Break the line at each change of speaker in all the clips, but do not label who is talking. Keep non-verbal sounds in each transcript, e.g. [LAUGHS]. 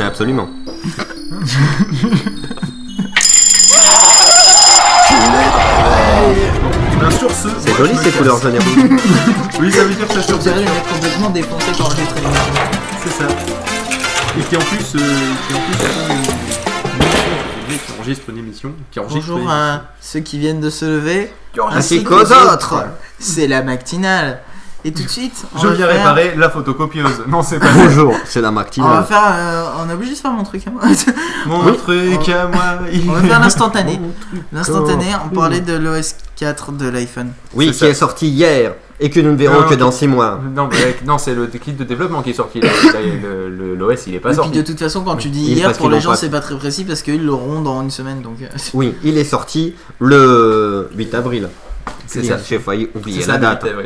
Absolument.
Bien sûr, ce.
C'est joli ces couleurs jaunes et rouges.
[LAUGHS] Oui, ça veut dire que ça
Je
sur
dirais le mec complètement dépensé pour enregistrer l'émission.
C'est ça. Et qui en plus, euh, qui en plus font une- une émission, qui enregistre une émission, qui enregistre une
Bonjour
émission.
à ceux qui viennent de se lever,
Ainsi
ainsi
qu'aux
qu'aux
autres.
autres. C'est la matinale. Et tout de suite, on
Je
va
viens
faire-
réparer la photocopieuse. Non, c'est [LAUGHS] pas
Bonjour, c'est la
On va
Ah,
matinale.
faire, euh, on est obligé de faire mon truc à moi.
mon
Oui.
truc à moi. il-
[LAUGHS] on va faire l'instantané. L'instantané, on parlait de l'OS 4 de l'iPhone.
Oui,
C'est
qui
ça.
est sorti hier et que nous ne verrons
Non,
que
ok.
dans 6 mois.
Non, mais avec- non, c'est le kit de développement qui est sorti. L'OS, le, le- l'OS, il est pas
Et puis de
sorti.
toute façon, quand tu dis
Il-
hier,
parce
pour
qu'ils
les
l'ont
gens,
pas-
c'est pas très précis parce qu'ils l'auront dans une semaine. Donc, euh, [LAUGHS]
Oui, il est sorti le 8 avril.
C'est
Hier,
ça.
J'ai failli oublier
C'est
la
ça,
date.
le kit, ouais.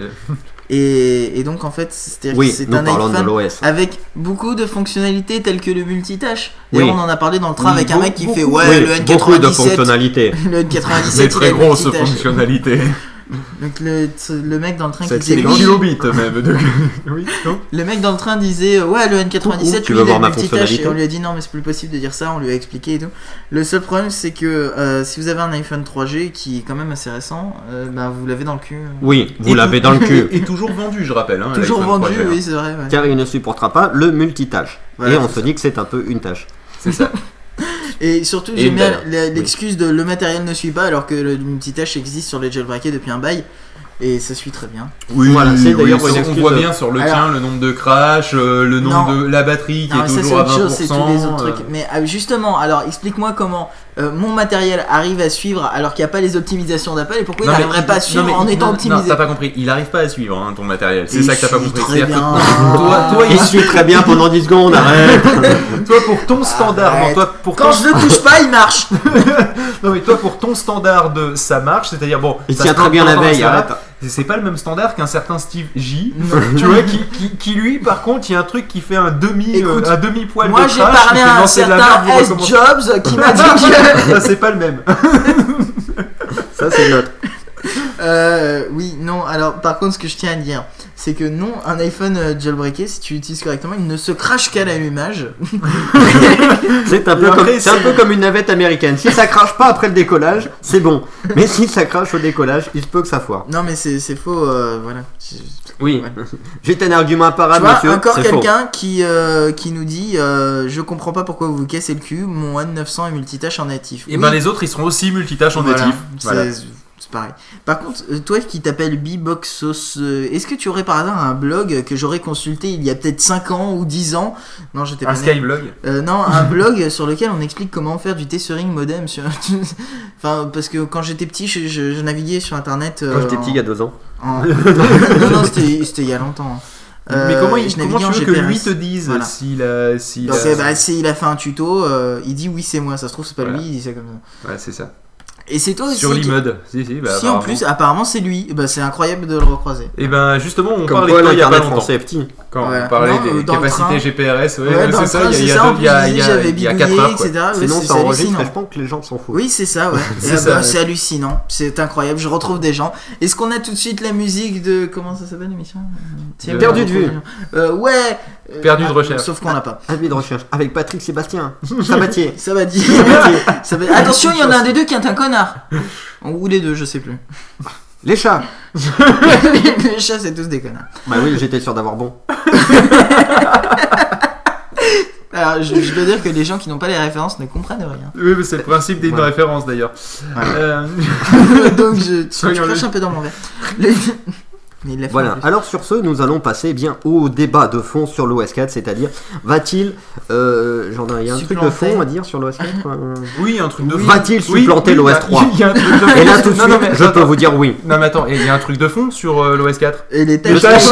et, et donc en fait, c'est
Oui,
c'est
nous
un
parlons de
iPhone
l'OS.
avec beaucoup de fonctionnalités telles que le multitâche. D'ailleurs,
Oui.
on en a parlé dans le train
Oui,
avec un
beaucoup,
mec qui fait
beaucoup.
ouais
Oui,
le N97.
Beaucoup de fonctionnalités.
Le N97
C'est
il a
très
une
grosse
petite tâche.
fonctionnalité.
Donc le, le mec dans le train qui
Cette
disait
séquence.
oui,
kilobits même. de- [LAUGHS] Oui, non
le mec dans le train disait euh, ouais le N97
Tu
lui,
veux
il a
voir ma
une petite tâche
fonctionnalité
et on lui a dit non mais c'est plus possible de dire ça, on lui a expliqué et tout. Le seul problème c'est que euh, si vous avez un iPhone 3G qui est quand même assez récent, euh, bah, vous l'avez dans le cul. euh.
Oui,
Et
vous l'avez
tout-
dans le cul.
[LAUGHS] Et, et toujours vendu, je rappelle. hein,
Toujours
l'iPhone
vendu,
3G, hein.
oui c'est vrai. ouais.
Car il ne supportera pas le multitâche.
Voilà,
et on
c'est
se dit que c'est un peu une tâche.
C'est ça.
Et surtout,
Et
j'aime
une
bien
valeur.
la- l'excuse de le matériel ne suit pas alors que le multitâche existe sur les jailbreakés depuis un bail et ça suit très bien.
Oui,
Voilà, c'est d'ailleurs
on,
une
on
excuse.
voit bien sur le
Alors-
tien le nombre de crash, euh, le nombre
Non.
de la batterie qui
Non, mais
est
ça c'est
toujours à 20%.
autre chose, c'est tous les autres
euh,
trucs. Mais ah, justement, alors explique-moi comment euh, mon matériel arrive à suivre alors qu'il n'y a pas les optimisations d'Apple et pourquoi
non,
il
mais
n'arriverait pas à
non,
suivre
mais-
en
non,
étant
non,
optimisé.
T'as pas compris, il arrive pas à suivre hein, ton matériel, c'est
Et
ça que t'as pas
je suis
compris.
très
C'est-à-dire
bien. [LAUGHS]
que Toi, toi,
Il suit très
[LAUGHS]
bien pendant 10 secondes, arrête
toi, pour ton standard, non,
Arrête.
toi, pour ton,
Quand je le touche pas, il marche.
non, mais toi pour ton standard de ça marche, c'est-à-dire bon,
Il
ça
tient
se
très bien la
plante dans
veille,
ça,
arrête
c'est- C'est pas le même standard qu'un certain Steve J.
Non.
Tu vois, qui, qui, qui, lui, par contre, il y a un truc qui fait un demi, euh,
Écoute,
un demi poil
Moi
de
j'ai
crash,
parlé
il fait
à un
lancer de la
certain
merde, vous
S
recommencez.
Jobs qui m'a dit que
[LAUGHS]
Ça, c'est pas le même.
Ça, c'est notre.
Euh, oui, non, alors par contre, ce que je tiens à dire, c'est que non, un iPhone euh, jailbreaké, si tu l'utilises correctement, il ne se crache qu'à l'allumage.
C'est un, peu
après,
comme, c'est un
c'est-
peu comme une navette américaine. Si ça crache pas après le décollage, c'est bon. Mais si ça crache au décollage, il se peut que ça foire.
Non, mais c'est c'est faux, euh, voilà. Je-
Oui.
Ouais.
[LAUGHS] J'ai un argument
Tu
imparable,
vois,
Ah, monsieur.
encore
c'est faux.
quelqu'un qui, euh, qui nous dit euh, Je comprends pas pourquoi vous vous cassez le cul, mon One 900 est multitâche en natif.
Et
Oui,
ben les autres, ils seront aussi multitâches en
voilà,
natif.
c'est-
Voilà.
C'est pareil. Par contre, euh, toi qui t'appelles Biboxos, euh, est-ce que tu aurais par hasard un blog que j'aurais consulté il y a peut-être 5 ans ou 10 ans Non, j'étais pas
Un
né.
Skyblog.
Euh, non,
[LAUGHS]
un blog sur lequel on explique comment faire du tethering modem. Sur... enfin, parce que quand j'étais petit, je, je- je naviguais sur internet. euh,
Quand j'étais petit il y a deux ans.
[LAUGHS]
en- en- non, non, c'était c'était il y a longtemps.
Mais
Euh,
comment, il,
je naviguais
comment tu
en
veux que
GPRS.
lui te dise
Voilà.
s'il a. s'il
Donc,
a-
euh, bah, c'est- il a fait un tuto, euh, il dit oui, c'est moi. Ça se trouve, c'est pas
Voilà.
lui, il dit ça comme ça.
Ouais, c'est ça.
Et c'est toi aussi.
Sur
qui-
l'immode. Si, si, bah,
si en
apparemment.
plus, apparemment, c'est lui. Bah, c'est incroyable de le recroiser.
Et ben justement, on
Comme
parlait
quoi,
de toi il y a pas
l'internet
longtemps.
français est petit.
Quand
Voilà.
on parlait
Non, euh,
des
dans le train.
capacités GPRS, ouais, ouais,
Ouais, dans
c'est
le
ça,
train,
il y a-
c'est
il y
ça.
a
Bah, En
deux-
plus,
il y a-
il
il
dit,
y a-
j'avais
il y a
bidouillé,
4 heures.
etc.
quoi.
Sinon,
Ouais, Ah, c'est-
ça
c'est
enregistre et
hallucinant.
je pense que les gens s'en foutent.
Oui, c'est ça, ouais.
[LAUGHS] C'est
Ah
ça.
bah, c'est hallucinant, c'est incroyable. Je retrouve des gens. Est-ce qu'on a tout de suite la musique de. Comment ça s'appelle l'émission Tiens,
Perdu
on
de
retrouve
vue.
les gens. Euh, ouais euh,
Perdu de
ah,
recherche.
Sauf qu'on l'a pas.
Avis de recherche avec Patrick
[LAUGHS]
Sébastien,
Ah.
Sabatier.
Ça va dire.
[LAUGHS]
Sabatier.
Ça va- Attention, il y en a un des deux qui est un connard Ou les deux, je
[LAUGHS]
sais plus.
Les chats.
Les chats, c'est tous des connards.
Bah oui, j'étais sûr d'avoir bon.
Alors, je, je dois dire que les gens qui n'ont pas les références ne comprennent
[LAUGHS]
rien.
Oui, mais c'est le principe des
Ouais.
références d'ailleurs. Euh,
Donc, je, je
Soyons
crache
le-
un peu dans mon verre. Les- Mais il l'a fait en
Voilà.
plus.
Alors sur ce, nous allons passer eh bien au débat de fond sur l'OS4, c'est-à-dire va-t-il, euh, Jordan, il y a un truc de
Supplanter.
fond à dire sur l'OS4 quoi, euh
Oui, un truc de fond.
Va-t-il supplanter
oui,
l'OS
bah,
3?
il y a un truc de
[LAUGHS]
fond.
Et là tout de
Non,
suite,
non, mais
je peux
attends.
vous dire oui.
Non, mais attends, il y a un truc de fond sur euh, l'OS4.
Et les
Les
tâches.
tâches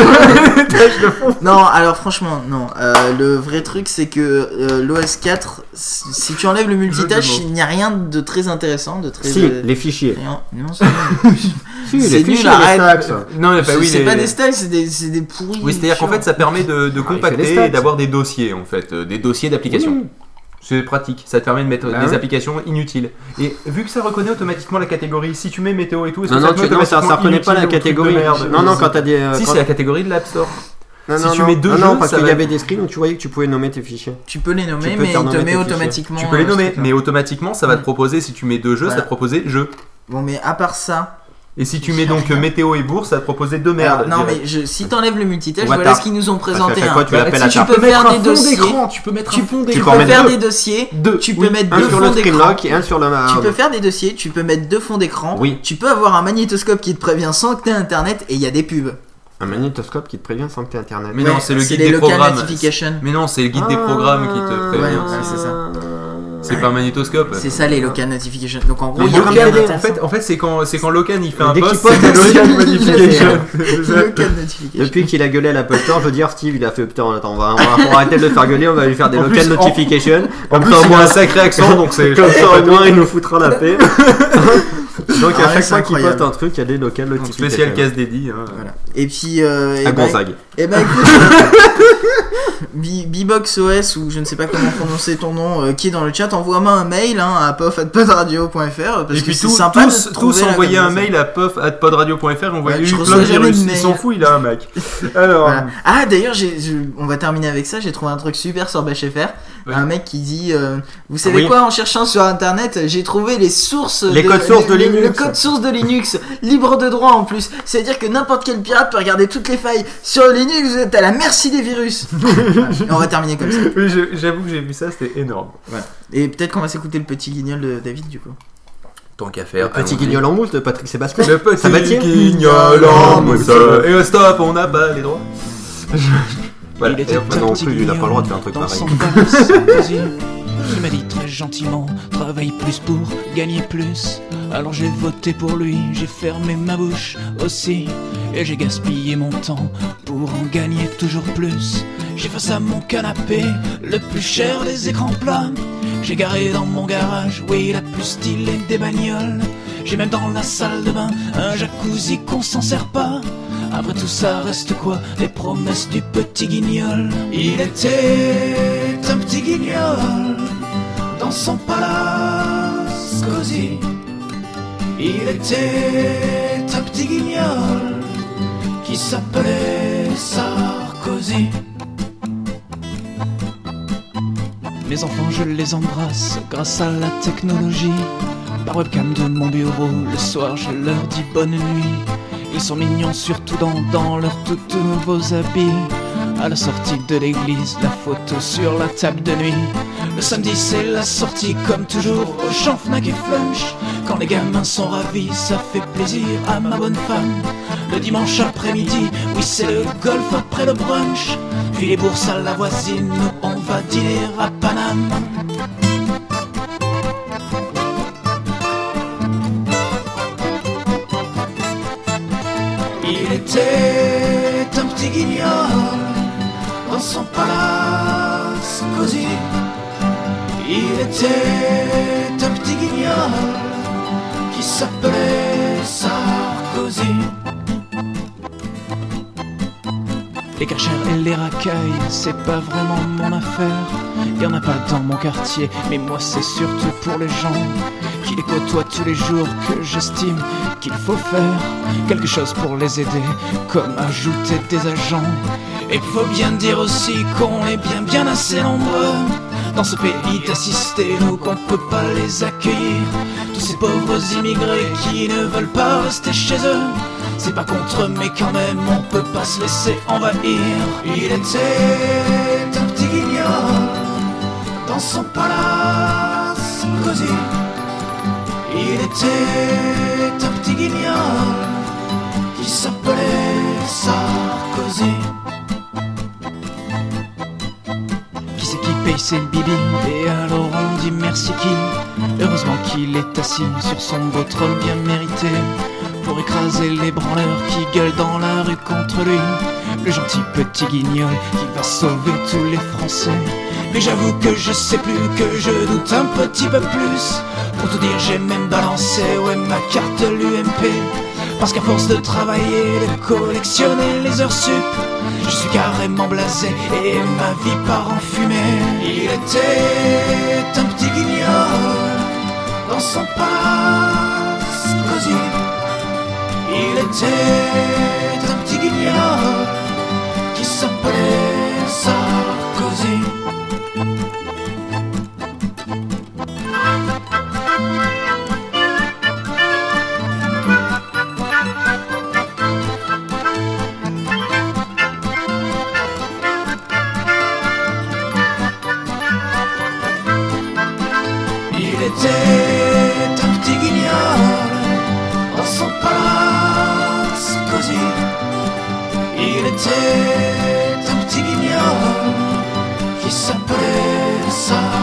[LAUGHS] de fond.
Non, alors franchement, non. Euh, le vrai truc, c'est que euh, l'OS 4, si si tu enlèves le multitâche,
Jeu de mots.
il n'y a rien de très intéressant, de très.
Si,
euh,
les fichiers.
rien.
[LAUGHS]
Non, c'est
Si,
C'est
les
nul,
fichiers, les
arrête.
stacks.
Non, mais Ah bah oui,
c'est
les-
pas des styles, c'est des, c'est des pourris.
Oui, c'est-à-dire qu'en fait, ça permet de, de
Ah, il fait
compacter
les stats.
et d'avoir des dossiers, en fait, euh, des dossiers d'applications.
Oui.
C'est pratique, ça te permet de mettre
Bah
des
ouais.
applications inutiles. Et vu que ça reconnaît automatiquement la catégorie, si tu mets météo et tout, est-ce
Non,
que
non,
te
tu,
met
non, ça, ça
automatiquement
reconnaît pas la
inutile ou truc de
catégorie.
merde
non, non, quand t'as des. euh,
Si,
quand-
c'est la catégorie de l'App Store.
Non,
Si
non,
tu
non.
mets deux
non,
jeux,
non, parce
ça
qu'il
va-
y avait des screens, donc tu voyais que tu pouvais nommer tes fichiers.
Tu peux les nommer,
peux
mais
faire
il
nommer
te
tes
met
fichiers.
automatiquement.
Tu peux les
euh, ce
nommer,
truc-là.
mais automatiquement ça va te
Mm.
proposer, si tu mets deux jeux, ça
Voilà.
va te proposer jeu.
Bon, mais à part ça.
Et si tu mets donc euh, météo et bourse, ça va te proposer deux merdes.
Ah,
alors, non,
je dirais.
mais je, si t'enlèves le multitâche,
Ou à
voilà
tarte.
ce qu'ils nous ont
Parce qu'à
présenté.
chaque
hein.
fois, tu
Bah,
l'appelles
si
à
tu
table.
peux faire
mettre un
des
fond
dossiers.
d'écran, tu peux mettre
Tu,
un fond
tu
peux
d'écran.
en
peux
mettre
faire
deux.
des dossiers.
Deux.
Tu
Oui.
peux mettre
Un
deux
sur
fonds
le
d'écran.
screenlock et un sur le.
Tu peux faire des dossiers, tu peux mettre deux fonds d'écran.
Oui.
Tu peux avoir un magnétoscope qui te prévient sans que t'aies internet et il y a des pubs.
Un magnétoscope qui te prévient sans que tu aies internet.
Mais non,
Ouais,
c'est le guide
les
des
local
programmes.
notifications.
Mais non, c'est le guide des
Ah.
programmes qui
Ah,
te prévient.
ouais, c'est ça.
C'est pas un magnétoscope.
C'est ça les local notifications. Donc en gros,
Mais
il y a
Locan,
rien
Locan,
il
en
[LAUGHS]
d'intéressant.
fait, en fait c'est quand, c'est quand Locan il fait
Dès
un
qu'il
post,
poste,
c'est le
c'est
Locan
le
Modification. [LAUGHS]
Local notification.
Depuis qu'il a gueulé à l'Apple Store, je veux dire, Steve, il a fait putain, attends, on va, on va- on va arrêter de le faire gueuler, on va lui faire des
En
local
plus, en-
notifications.
En
Comme
plus,
ça, au
il a
moins,
un sacré accent, donc c'est.
comme ça, au moins, il nous foutra
[LAUGHS]
la paix. Donc,
Ah
à
ouais,
chaque
c'est
fois qu'il
incroyable.
poste un truc, il y a des local
Donc,
notifications.
spécial casse dédié. hein.
Voilà. Et puis, euh, et
À
ben-
Gonzague.
Eh ben écoute, [LAUGHS] B- Bbox OS ou je ne sais pas comment prononcer ton nom euh, qui est dans le chat, envoie-moi un mail hein, à puff@pudradio.fr euh, parce
Et
que
puis
c'est
tous,
sympa de
tous,
trouver
tous
la
envoyer un
combinaison.
mail à puff.podradio.fr, j'envoyais
Ouais, je
lui
reçois
plein de
jamais de
virus, il
mail.
s'en fout, il a un
[LAUGHS]
Mac. Alors,
Voilà. Ah d'ailleurs, j'ai- je- on va terminer avec ça. J'ai trouvé un truc super sur BHFR.
Ouais.
Un mec qui dit, euh, vous savez
oui.
quoi En cherchant sur internet, j'ai trouvé les sources,
Les codes sources de
le-
Linux.
le code source de Linux, libre de droit en plus. C'est à dire que n'importe quel pirate peut regarder toutes les failles sur Linux. Vous êtes à la merci
[LAUGHS]
des virus. Voilà. Et on va terminer comme ça.
oui, je- j'avoue que j'ai vu ça, c'était énorme.
Et peut-être qu'on va s'écouter le petit guignol de David du coup.
Tant qu'à
Le
faire.
Petit
allons-y.
guignol en mousse de Patrick Sébastien.
Le petit
Ça m'attire.
guignol en mousse. Et euh, stop, on n'a pas les
[LAUGHS]
droits. Voilà.
Il était
et après, Euh, non
un petit
plus, il n'a pas le droit de faire un truc
dans
pareil.
son [LAUGHS] carrosse d'osier. Il m'a dit très gentiment, travaille plus pour gagner plus. Alors j'ai voté pour lui, j'ai fermé ma bouche aussi. Et j'ai gaspillé mon temps pour en gagner toujours plus. J'ai face à mon canapé, le plus cher des écrans plats. J'ai garé dans mon garage, oui, la plus stylée des bagnoles. J'ai même dans la salle de bain un jacuzzi qu'on s'en sert pas. Après tout ça reste quoi Les promesses du petit guignol Il était un petit guignol Dans son palace cosy Il était un petit guignol Qui s'appelait Sarkozy Mes enfants je les embrasse grâce à la technologie Par webcam de mon bureau Le soir je leur dis bonne nuit ils sont mignons surtout dans, dans leurs tout tout nouveaux habits. À la sortie de l'église, la photo sur la table de nuit. Le samedi c'est la sortie comme toujours au champ Fnac et Flunch. Quand les gamins sont ravis, ça fait plaisir à ma bonne femme. Le dimanche après-midi, oui c'est le golf après le brunch. Puis les bourses à la voisine, nous, on va dîner à Paname. Il était un petit guignol dans son palace cosy. Il était un petit guignol qui s'appelait Sarkozy. Les cachères et les racailles, c'est pas vraiment mon affaire. Y en a pas dans mon quartier, mais moi c'est surtout pour les gens qui les côtoient tous les jours que j'estime qu'il faut faire quelque chose pour les aider, comme ajouter des agents. Et puis faut bien dire aussi qu'on est bien bien assez nombreux dans ce pays d'assister nous qu'on peut pas les accueillir. Tous ces pauvres immigrés qui ne veulent pas rester chez eux. C'est pas contre mais quand même on peut pas se laisser envahir. Il était un petit guignol dans son palace cosy. Il était un petit guignol qui s'appelait Sarkozy. Qui c'est qui paye ses bibi Et alors on dit merci qui Heureusement qu'il est assis sur son beau trône bien mérité Pour écraser les branleurs qui gueulent dans la rue contre lui Le gentil petit guignol qui va sauver tous les Français Mais j'avoue que je sais plus, que je doute un petit peu plus Pour tout dire j'ai même balancé, ouais ma carte de l'UMP Parce qu'à force de travailler, de collectionner les heures sup je suis carrément blasé et ma vie part en fumée. Il était un petit guignol dans son palace cosy. Il était un petit guignol qui s'appelait s'appelait Sarkozy. Il était un petit guignol dans son palace cosy. Il était un petit guignol qui s'appelait ça.